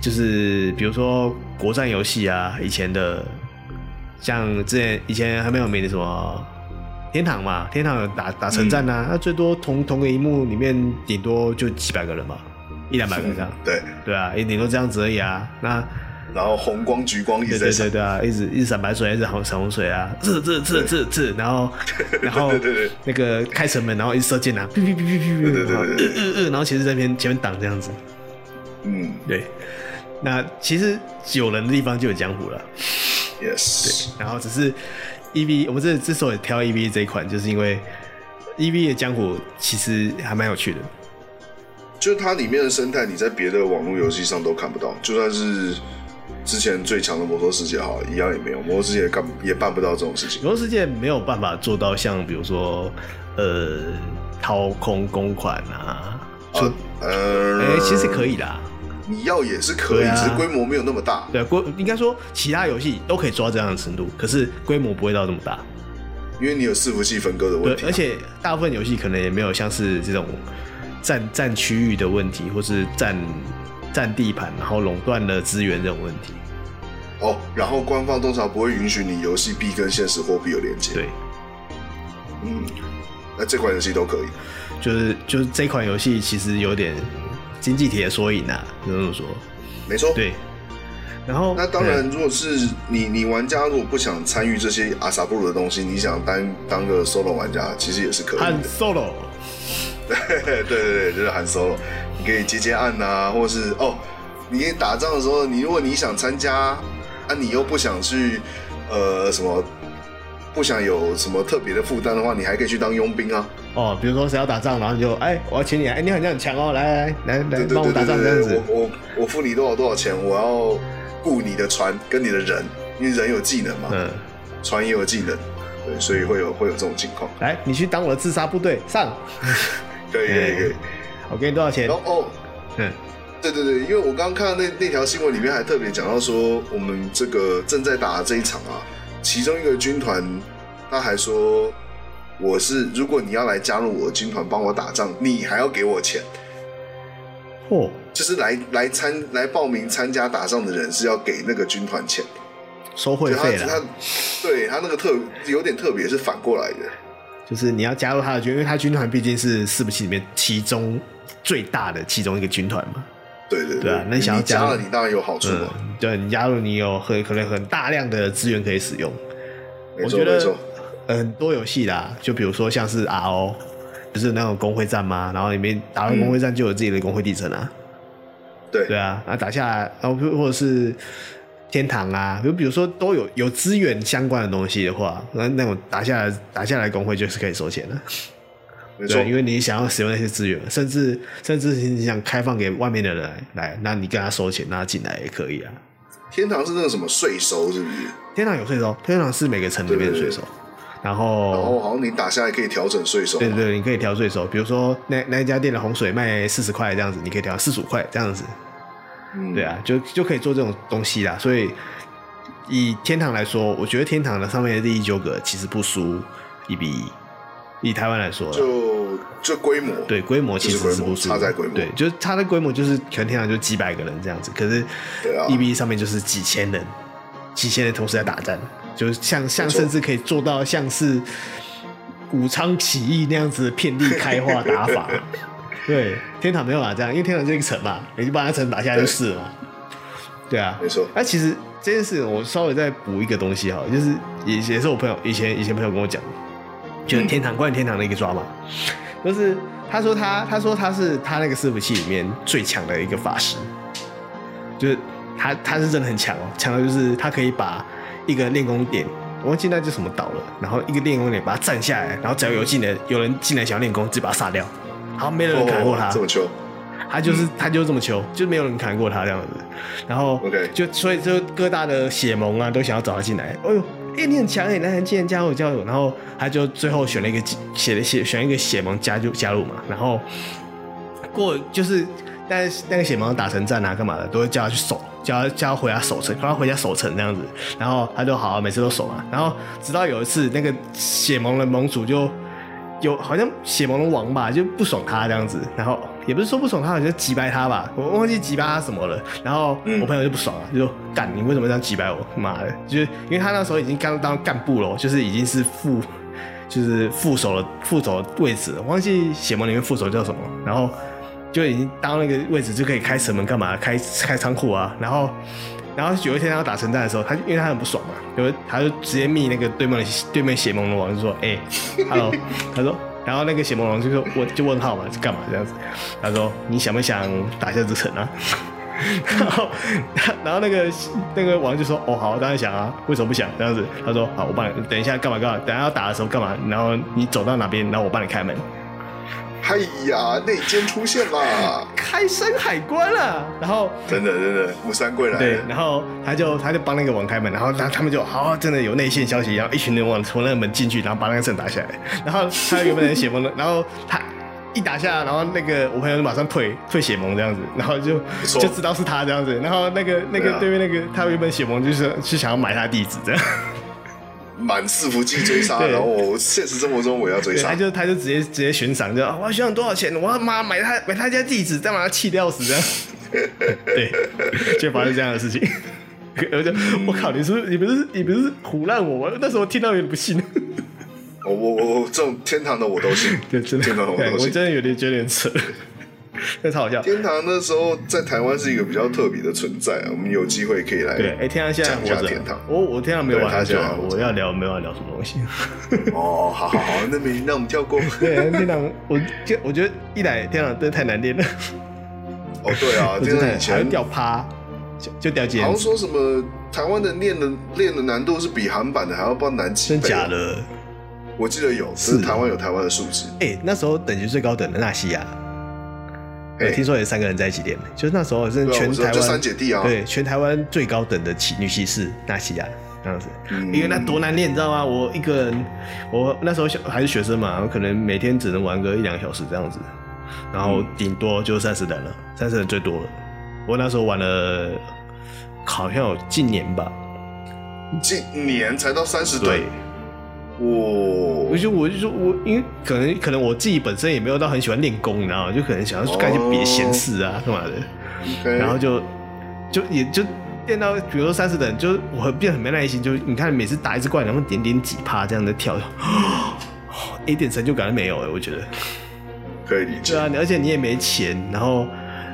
Speaker 1: 就是比如说国战游戏啊，以前的像之前以前还蛮有名的什么。天堂嘛，天堂有打打城战啊，那、最多同同个一幕里面顶多就几百个人吧，一两百个人这样，
Speaker 2: 对，
Speaker 1: 对啊，也顶多这样子而已啊。那
Speaker 2: 然后红光、橘光一
Speaker 1: 对
Speaker 2: 直在
Speaker 1: 对
Speaker 2: 闪
Speaker 1: 对对啊，一直一直闪白水，一直红闪红水啊，这这这这这，然 后然后
Speaker 2: 对对对
Speaker 1: 那个开城门，然后一直射箭啊，哔哔哔哔
Speaker 2: 对
Speaker 1: 哔哔，
Speaker 2: 对
Speaker 1: 然后
Speaker 2: 对
Speaker 1: 呃
Speaker 2: 对
Speaker 1: 呃呃，然后其实在边前面挡这样子，
Speaker 2: 嗯
Speaker 1: 对。那其实有人的地方就有江湖了，
Speaker 2: ，Yes，
Speaker 1: 然后只是 E V，我们这之所以挑 E V 这一款，就是因为 E V 的江湖其实还蛮有趣的，
Speaker 2: 就是它里面的生态，你在别的网络游戏上都看不到，就算是之前最强的摩托世界好了，一样也没有，摩托世界也干也办不到这种事情。
Speaker 1: 游世界没有办法做到像比如说呃掏空公款啊，
Speaker 2: 啊，呃，
Speaker 1: 哎、其实可以啦，
Speaker 2: 你要也是可以，
Speaker 1: 对啊
Speaker 2: 只是规模没有那么大。
Speaker 1: 对，规应该说其他游戏都可以做到这样的程度，可是规模不会到这么大。
Speaker 2: 因为你有伺服器分割的
Speaker 1: 对
Speaker 2: 问，题啊、
Speaker 1: 而且大部分游戏可能也没有像是这种占占区域的问题，或是占占地盘，然后垄断了资源这种问题。
Speaker 2: 哦，然后官方通常不会允许你游戏币跟现实货币有连接。
Speaker 1: 对，
Speaker 2: 嗯，那这款游戏都可以。
Speaker 1: 就是就是这款游戏其实有点经济体的缩影啊，只能这么说。
Speaker 2: 没错。
Speaker 1: 对，然后
Speaker 2: 那当然，如果是你你玩家如果不想参与这些阿萨布鲁的东西，你想单当个 solo 玩家，其实也是可以
Speaker 1: 对和
Speaker 2: 的。
Speaker 1: solo
Speaker 2: 对对对，就是含 solo，你可以接接案呐、或是哦，你打仗的时候，你如果你想参加，啊，你又不想去，呃，什么不想有什么特别的负担的话，你还可以去当佣兵啊。
Speaker 1: 哦，比如说谁要打仗，然后你就哎，我要请你，哎，你好像很强哦，来来来来
Speaker 2: 对对
Speaker 1: 帮我
Speaker 2: 对
Speaker 1: 打
Speaker 2: 对
Speaker 1: 仗这样
Speaker 2: 对对
Speaker 1: 子，。
Speaker 2: 我我我付你多少多少钱，我要雇你的船跟你的人，因为人有技能嘛，
Speaker 1: 嗯，
Speaker 2: 船也有技能，对，所以会有会有这种情况。
Speaker 1: 来，你去当我的自杀部队上。
Speaker 2: 可以可以可以。
Speaker 1: 我给你多少钱
Speaker 2: 然？后哦，
Speaker 1: 嗯，
Speaker 2: 对对对，因为我刚刚看到那那条新闻里面还特别讲到说，我们这个正在打的这一场啊，其中一个军团他还说，我是如果你要来加入我的军团帮我打仗，你还要给我钱，
Speaker 1: 嚯、
Speaker 2: 就是来来参来报名参加打仗的人是要给那个军团钱的。
Speaker 1: 收会
Speaker 2: 就他
Speaker 1: 费
Speaker 2: 他
Speaker 1: 了，
Speaker 2: 对他那个特有点特别，是反过来的。
Speaker 1: 就是你要加入他的军，因为他军团毕竟是四部七里面其中最大的其中一个军团嘛。
Speaker 2: 对对
Speaker 1: 对啊那你想要
Speaker 2: 你加
Speaker 1: 加
Speaker 2: 了，你当然有好处嘛。
Speaker 1: 嗯，对你加入你有很可能很大量的资源可以使用。
Speaker 2: 没
Speaker 1: 我
Speaker 2: 错
Speaker 1: 觉
Speaker 2: 没
Speaker 1: 得
Speaker 2: 错，
Speaker 1: 很多游戏啦，就比如说像是 RO，不是有那种工会战吗？然后里面打到工会战就有自己的工会地层啊，
Speaker 2: 对
Speaker 1: 对啊，啊打下来，然后或或者是天堂啊，就比如说都有有资源相关的东西的话，那那种打下来打下来工会就是可以收钱的，
Speaker 2: 没错
Speaker 1: 对，，因为你想要使用那些资源，甚至甚至你想开放给外面的人来来，那你跟他收钱，让他进来也可以啊。
Speaker 2: 天堂是那个什么税收是不是？
Speaker 1: 天堂有税收，天堂是每个城里面的税收，然后
Speaker 2: 然后好像你打下来可以调整税收嘛。
Speaker 1: 哦对对，你可以调税收，比如说那那一家店的红水卖四十块这样子，你可以调四十五块这样子，
Speaker 2: 嗯
Speaker 1: 对啊，就就可以做这种东西啦。所以以天堂来说，我觉得天堂的上面的利益纠葛其实不输一比一，以台湾来说啦，
Speaker 2: 就就规模，
Speaker 1: 对规模其实是不
Speaker 2: 就是
Speaker 1: 输，
Speaker 2: 规模差在规模
Speaker 1: 对，就是它的规模就是全天堂就几百个人这样子，可是
Speaker 2: 对啊
Speaker 1: 一比一上面就是几千人，几千人同时在打战，就是像像
Speaker 2: 错
Speaker 1: 甚至可以做到像是武昌起义那样子遍地开花打 法。对，天堂没有办法啊这样，因为天堂就是一个城嘛，你就把那城打下来就是了嘛。对啊，
Speaker 2: 没错
Speaker 1: 那、其实这件事，我稍微再补一个东西哈，就是也也是我朋友以前以前朋友跟我讲的，就是
Speaker 2: 嗯
Speaker 1: 天堂关于天堂的一个抓嘛，就是他说他他说他是他那个伺服器里面最强的一个法师，就是他他是真的很强哦，强到就是他可以把一个练功点，我忘记那叫什么岛了，然后一个练功点把它占下来，然后只要有进来有人进来想要练功，直接把他杀掉，然后没有人砍过他。
Speaker 2: 哦这么秋，
Speaker 1: 他就是他就是这么穷，就没有人砍过他这样子。然后
Speaker 2: OK
Speaker 1: 就所以就各大的血盟啊都想要找他进来。哎呦，哎、你很强哎、那竟然加入加入。然后他就最后选了一个写了写选一个血盟加入加入嘛。然后过就是但是那个血盟打城战啊干嘛的都会叫他去守，叫他叫他回家守城，叫他回家守城这样子。然后他就好、啊，每次都守嘛。然后直到有一次那个血盟的盟主就。有好像血盟龙王吧，就不爽他这样子，然后也不是说不爽他，好像击败他吧，我忘记击败他什么了。然后
Speaker 2: 嗯
Speaker 1: 我朋友就不爽了，就说：“干，你为什么这样击败我？妈的！”就是因为他那时候已经刚当干部了，就是已经是副，就是副手的副手的位置了，我忘记血盟里面副手叫什么，然后就已经当那个位置就可以开城门干嘛，开开仓库啊，然后。然后有一天他要打城战的时候，他就因为他很不爽嘛，有他就直接密那个对面的对面血盟龙王就说：“哎、h e l l o 他说，然后那个血盟龙就说：“我就问号嘛，是干嘛这样子？”他说：“你想不想打下这城啊？” 然后， 然后那个那个王就说：“哦，好，当然想啊，为什么不想？”这样子，他说：“好，我帮你，等一下干嘛干嘛，等一下要打的时候干嘛？然后你走到哪边，然后我帮你开门。”
Speaker 2: 嗨呀，内奸出现啦！
Speaker 1: 开深海关了、然后
Speaker 2: 真的真的，木山贵来
Speaker 1: 对，
Speaker 2: 了，
Speaker 1: 然后他就他就帮那个王开门，然后他他们就好、真的有内线消息，然后一群人往从那个门进去，然后把那个阵打下来，然后他原本的血盟的，然后他一打下，然后那个我朋友就马上退退血盟这样子，然后就
Speaker 2: 错
Speaker 1: 就知道是他这样子，然后那个那
Speaker 2: 嗯对
Speaker 1: 个
Speaker 2: 啊
Speaker 1: 对面那个他原本血盟就是是想要买他地址这样。
Speaker 2: 满伺服器追杀，
Speaker 1: 对
Speaker 2: 然后我现实生活中我也要追
Speaker 1: 对，
Speaker 2: 杀
Speaker 1: 他，就他就直接直接悬赏，就啊我要悬赏多少钱，我要妈买他买他家地址，再把他气掉死这样。 对，就发生这样的事情。 我就我靠，你是不是你不是你不是唬烂我吗？那时候听到有点不信，
Speaker 2: 我我我我这种天堂的我都信，
Speaker 1: 对，真
Speaker 2: 天堂
Speaker 1: 的，
Speaker 2: 我
Speaker 1: 对
Speaker 2: 都
Speaker 1: 我
Speaker 2: 信。
Speaker 1: 真的有点觉得有点扯， 真的超好笑。
Speaker 2: 天堂那时候在台湾是一个比较特别的存在啊，我们有机会可以来
Speaker 1: 对，哎、天堂现在
Speaker 2: 讲
Speaker 1: 活
Speaker 2: 一下
Speaker 1: 着
Speaker 2: 天堂
Speaker 1: 啊，我我天堂没有玩
Speaker 2: 对他
Speaker 1: 很久
Speaker 2: 现在
Speaker 1: 啊，
Speaker 2: 还活着
Speaker 1: 我要聊没有要聊什么东 西。
Speaker 2: 哦，好好好，那没那我们 跳过。哦
Speaker 1: 对，天堂，我就我觉得一来天堂真的太难练了，
Speaker 2: 哦，对啊，
Speaker 1: 我
Speaker 2: 天
Speaker 1: 真
Speaker 2: 堂
Speaker 1: 的
Speaker 2: 啊以
Speaker 1: 还会
Speaker 2: 前
Speaker 1: 掉趴，就就掉
Speaker 2: 好
Speaker 1: 尖
Speaker 2: 像，说什么台湾的练的练的难度是比韩版的还要不知道难几
Speaker 1: 真
Speaker 2: 倍啊
Speaker 1: 假？的。
Speaker 2: 我记得有，
Speaker 1: 是
Speaker 2: 是台湾有台湾的数值。
Speaker 1: 哎、那时候等级最高等的纳西亚，
Speaker 2: 哎
Speaker 1: 我听说有三个人在一起练的，就是那时候是
Speaker 2: 对啊，
Speaker 1: 全
Speaker 2: 我知
Speaker 1: 台
Speaker 2: 道，
Speaker 1: 湾
Speaker 2: 就三姐弟啊。
Speaker 1: 对全台湾最高等的骑女骑士纳西亚这样子。
Speaker 2: 嗯，
Speaker 1: 因为那多难练，你知道吗？我一个人，我那时候小还是学生嘛，我可能每天只能玩个一两个小时这样子，然后顶多就三十人了，三十人最多了。我那时候玩了，好像有近年吧，
Speaker 2: 近年才到三十
Speaker 1: 对
Speaker 2: 对，，哇
Speaker 1: 我，就我就说我，因为可能可能我自己本身也没有到很喜欢练功，你知道吗？就可能想要干一些别的闲事啊，干嘛的，
Speaker 2: OK
Speaker 1: 然后就就也就练到比如说三十等，就是我很变得很没耐心，就是你看每次打一只怪，然后点点几趴这样的跳，哦一点成就感都没有了，我觉得。
Speaker 2: 可以理解
Speaker 1: 对。啊，而且你也没钱，然后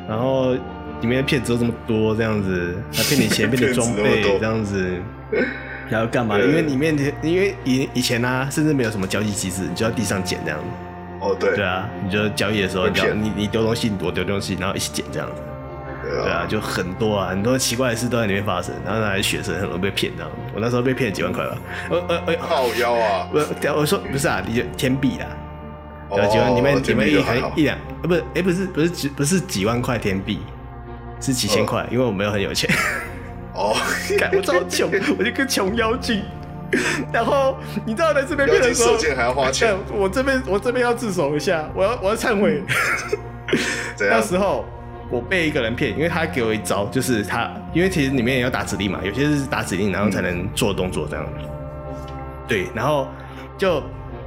Speaker 1: 然后里面的骗子又这么多，这样子，还骗你 钱，骗你装
Speaker 2: 骗
Speaker 1: 备
Speaker 2: 子那么多，
Speaker 1: 这样 子，然后干嘛？
Speaker 2: 对
Speaker 1: 因为里面的因为以以前啊，甚至没有什么交易机制，你就要地上捡这样子。
Speaker 2: 哦，对，
Speaker 1: 对啊，你就交易的时候，
Speaker 2: 被
Speaker 1: 你要
Speaker 2: 骗
Speaker 1: 你你丢东西，我丢东西，然后一起捡这样子。
Speaker 2: 对
Speaker 1: 对啊，
Speaker 2: 啊，
Speaker 1: 就很多啊，很多奇怪的事都在里面发生，然后那些学生很容易被骗这样子。我那时候被骗了几万块吧，呃呃呃，
Speaker 2: 靠腰啊，
Speaker 1: 我我说不是啊，你就天币啊。对，
Speaker 2: 哦
Speaker 1: 几万，你们你
Speaker 2: 这
Speaker 1: 们
Speaker 2: 边
Speaker 1: 一
Speaker 2: 就
Speaker 1: 可
Speaker 2: 还
Speaker 1: 能
Speaker 2: 好
Speaker 1: 一两，呃，不是，哎，不是，不是几，不是几万块天币，是几千
Speaker 2: 嗯
Speaker 1: 块，因为我没有很有钱，
Speaker 2: 哦，
Speaker 1: 干我超 穷，我就跟穷妖精。然后你知道在这边
Speaker 2: 要
Speaker 1: 变成
Speaker 2: 进
Speaker 1: 说
Speaker 2: 射，箭还要花钱
Speaker 1: 干，我这边我这边要自首一下，我要我要忏悔。
Speaker 2: 怎
Speaker 1: 那
Speaker 2: 样？
Speaker 1: 时候我被一个人骗，因为他给我一招，就是他，因为其实里面也要打指令嘛，有些是打指令然后才能做动作这样。对，然后就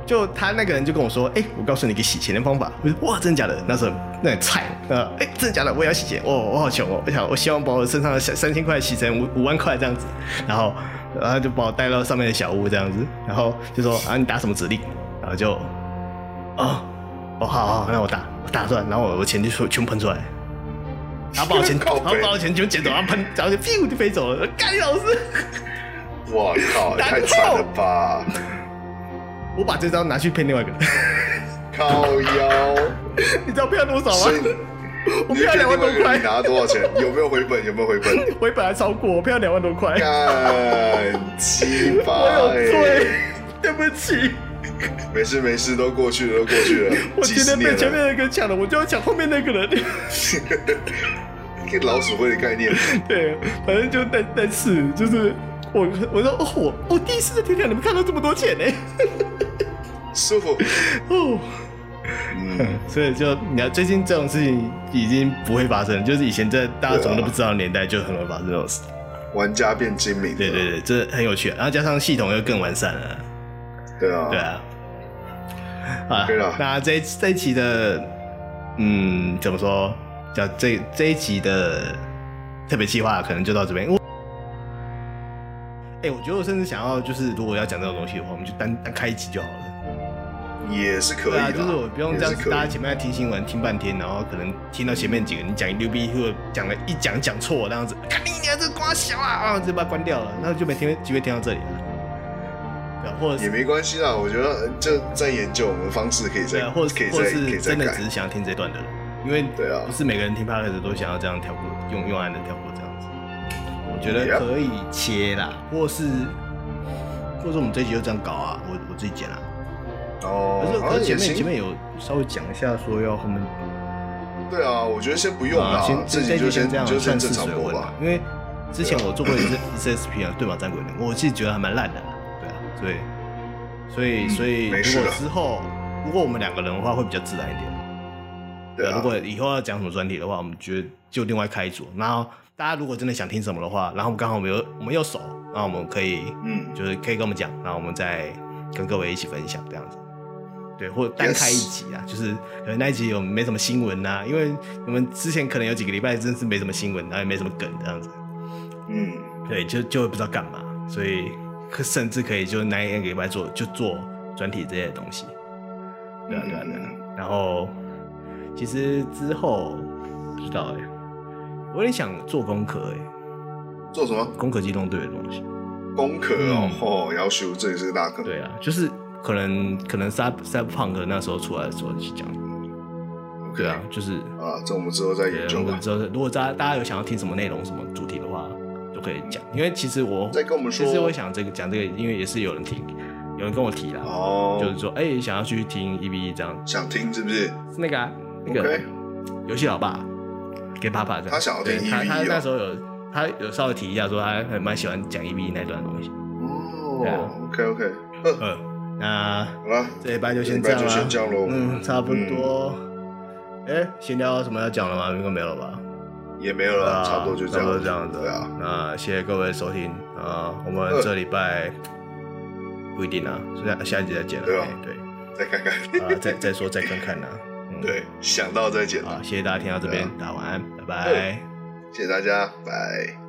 Speaker 1: 就他那个人就跟我说：“哎、我告诉你一个洗钱的方法。”我说：“哇，真的假的？”那时候那很菜，呃，哎、真的假的？我也要洗钱，哦，我好穷哦，我想我希望把我身上的三三千块洗成五五万块这样子，然后然后就把我带到上面的小屋这样子，然后就说：“啊，你打什么指令？”然后就哦哦，好好，好那我打我打出来，然后我我钱就全全喷出 来。然后把我钱，然
Speaker 2: 靠
Speaker 1: 后
Speaker 2: 北
Speaker 1: 把我钱全捡走，然后喷，然后就咻就飞走了。干老师，
Speaker 2: 哇 靠，也
Speaker 1: 然后
Speaker 2: 太惨了吧！
Speaker 1: 我把这招拿去骗另外一个人，
Speaker 2: 靠腰，
Speaker 1: 你知道骗了多少
Speaker 2: 所 以
Speaker 1: 吗？我
Speaker 2: 你
Speaker 1: 骗了
Speaker 2: 确
Speaker 1: 两
Speaker 2: 定
Speaker 1: 万多
Speaker 2: 那个
Speaker 1: 块
Speaker 2: 你，拿了多少钱？有没有回本？有没有回本？
Speaker 1: 我本来超过，我骗了两万多块，
Speaker 2: 干鸡巴！
Speaker 1: 我有罪，对不起，
Speaker 2: 没事没事，都过去了，都过去了。
Speaker 1: 我
Speaker 2: 几
Speaker 1: 今
Speaker 2: 十
Speaker 1: 天被
Speaker 2: 年
Speaker 1: 前面
Speaker 2: 了，
Speaker 1: 那个抢了，我就要抢后面那个人。
Speaker 2: 跟老鼠会的 概念，
Speaker 1: 对，反正就那那次就是。我我说哦，我我第一次在天亮，你们看到这么多钱呢、
Speaker 2: 舒服。
Speaker 1: 哦，
Speaker 2: 嗯，
Speaker 1: 所以就你要最近这种事情已经不会发生了，就是以前在大家什么都不知道的年代，就很容易发生这种事。
Speaker 2: 玩家变精明了。
Speaker 1: 对对对，这很有趣、啊然后加上系统又更完善了。
Speaker 2: 对啊，
Speaker 1: 对啊，啊
Speaker 2: 对了，
Speaker 1: 那这一这一期的，嗯，怎么说？叫这这一集的特别计划可能就到这边。我哎、我觉得我甚至想要，就是如果要讲这种东西的话，我们就单单开一集就好了。
Speaker 2: 也是可以
Speaker 1: 对
Speaker 2: 啦
Speaker 1: 啊，就是我不用
Speaker 2: 也
Speaker 1: 这样
Speaker 2: 是可
Speaker 1: 子，大家
Speaker 2: 以。
Speaker 1: 前面在听新闻听半天，然后可能听到前面几个你讲一溜逼，或者讲了一讲讲错，那样子，看你娘这瓜小啊，啊，就把它关掉了，那就没听机会听到这里了。对啊，或者是
Speaker 2: 也没关系啦，我觉得呃就在研究我们的方式，可以
Speaker 1: 对
Speaker 2: 再
Speaker 1: 啊，或
Speaker 2: 可以
Speaker 1: 是或
Speaker 2: 再可
Speaker 1: 是
Speaker 2: 以再
Speaker 1: 真的只
Speaker 2: 改。
Speaker 1: 是想要听这段的人，因为
Speaker 2: 对啊
Speaker 1: 不是每个人听 p o d c 都想要这样跳过，用用按的跳过这样子。我觉得
Speaker 2: Yep
Speaker 1: 可以切啦，或是或者我们这一集就这样搞啊，我我自己剪啦。可是
Speaker 2: 哦，好
Speaker 1: 可是
Speaker 2: 像也
Speaker 1: 前面前
Speaker 2: 行。
Speaker 1: 面有稍微讲一下说要后面
Speaker 2: 对啊，我觉得先不用
Speaker 1: 啊，
Speaker 2: 啦，
Speaker 1: 先
Speaker 2: 自
Speaker 1: 这
Speaker 2: 己
Speaker 1: 一
Speaker 2: 就
Speaker 1: 集先这样
Speaker 2: 就
Speaker 1: 算
Speaker 2: 先
Speaker 1: 是
Speaker 2: 正常
Speaker 1: 水
Speaker 2: 播
Speaker 1: 温啊，。
Speaker 2: 吧
Speaker 1: 因为之前我做过一次一次 SP 啊，对马战鬼人，我自己觉得还蛮烂的啦，对啊，所以所以
Speaker 2: 嗯
Speaker 1: 所以
Speaker 2: 没事
Speaker 1: 如果
Speaker 2: 的
Speaker 1: 之后如果我们两个人的话会比较自然一点。
Speaker 2: 对啊
Speaker 1: 如，果以后要讲什么专题的话，我们觉得就另外开一组。然后大家如果真的想听什么的话，然后我们刚好我们又我们又熟，那我们可以
Speaker 2: 嗯，
Speaker 1: 就是可以跟我们讲，然后我们再跟各位一起分享这样子。对，或者单开一集啊就是可能那一集有没什么新闻呐、因为我们之前可能有几个礼拜真是没什么新闻，然后也没什么梗这样子，
Speaker 2: 嗯，
Speaker 1: 对，就就不知道干嘛，所以可甚至可以就那一个礼拜做就做专题这些东西。对啊，对啊，对啊。然后其实之后不知道哎、我有点想做功课哎、
Speaker 2: 做什么
Speaker 1: 功课机动队的东西。
Speaker 2: 功课哦
Speaker 1: 嗯？
Speaker 2: 哦，要修，这也是个大坑。
Speaker 1: 对啊，就是可能可能沙沙胖哥那时候出来的时候去讲。
Speaker 2: OK
Speaker 1: 对啊，就是
Speaker 2: 啊，这我们之后再研
Speaker 1: 对，啊
Speaker 2: 究
Speaker 1: 我
Speaker 2: 吧
Speaker 1: 们。之后如果大家大家有想要听什么内容、什么主题的话，都可以讲。因为其实我
Speaker 2: 再跟我们说
Speaker 1: 其实我想这个讲这个，因为也是有人听，有人跟我提啦，
Speaker 2: 哦，
Speaker 1: 就是说哎、想要去听 E B E 这样，
Speaker 2: 想听是不是？
Speaker 1: 是那个啊，那个。
Speaker 2: OK
Speaker 1: 游戏老爸给爸爸这样，
Speaker 2: 他想要
Speaker 1: 对
Speaker 2: 听
Speaker 1: 他
Speaker 2: EVE
Speaker 1: 他
Speaker 2: 哦
Speaker 1: 那时候有他有稍微提一下说他还蛮喜欢讲 E V 那段东西。对啊
Speaker 2: 哦，OK OK，嗯，
Speaker 1: 呃，那
Speaker 2: 好了，
Speaker 1: 这礼拜就先这样
Speaker 2: 这礼
Speaker 1: 啦，
Speaker 2: 拜就先这样咯
Speaker 1: 嗯，差不多。哎、闲聊有什么要讲的吗？应该没有了吧？啊
Speaker 2: 也没有了，啊差不多就这
Speaker 1: 差不多这
Speaker 2: 样
Speaker 1: 样
Speaker 2: 子。
Speaker 1: 子。
Speaker 2: 对啊，
Speaker 1: 那谢谢各位的收听啊、我们
Speaker 2: 嗯
Speaker 1: 这礼拜不一定啊，下下一集再见了。
Speaker 2: 对啊
Speaker 1: 哎
Speaker 2: 再看看。
Speaker 1: 对，啊、再再说再看看啦、嗯，
Speaker 2: 对，想到再见，
Speaker 1: 啊好，谢谢大家听到这边，
Speaker 2: 对啊
Speaker 1: 大家晚安，拜拜。
Speaker 2: 谢谢大家，拜。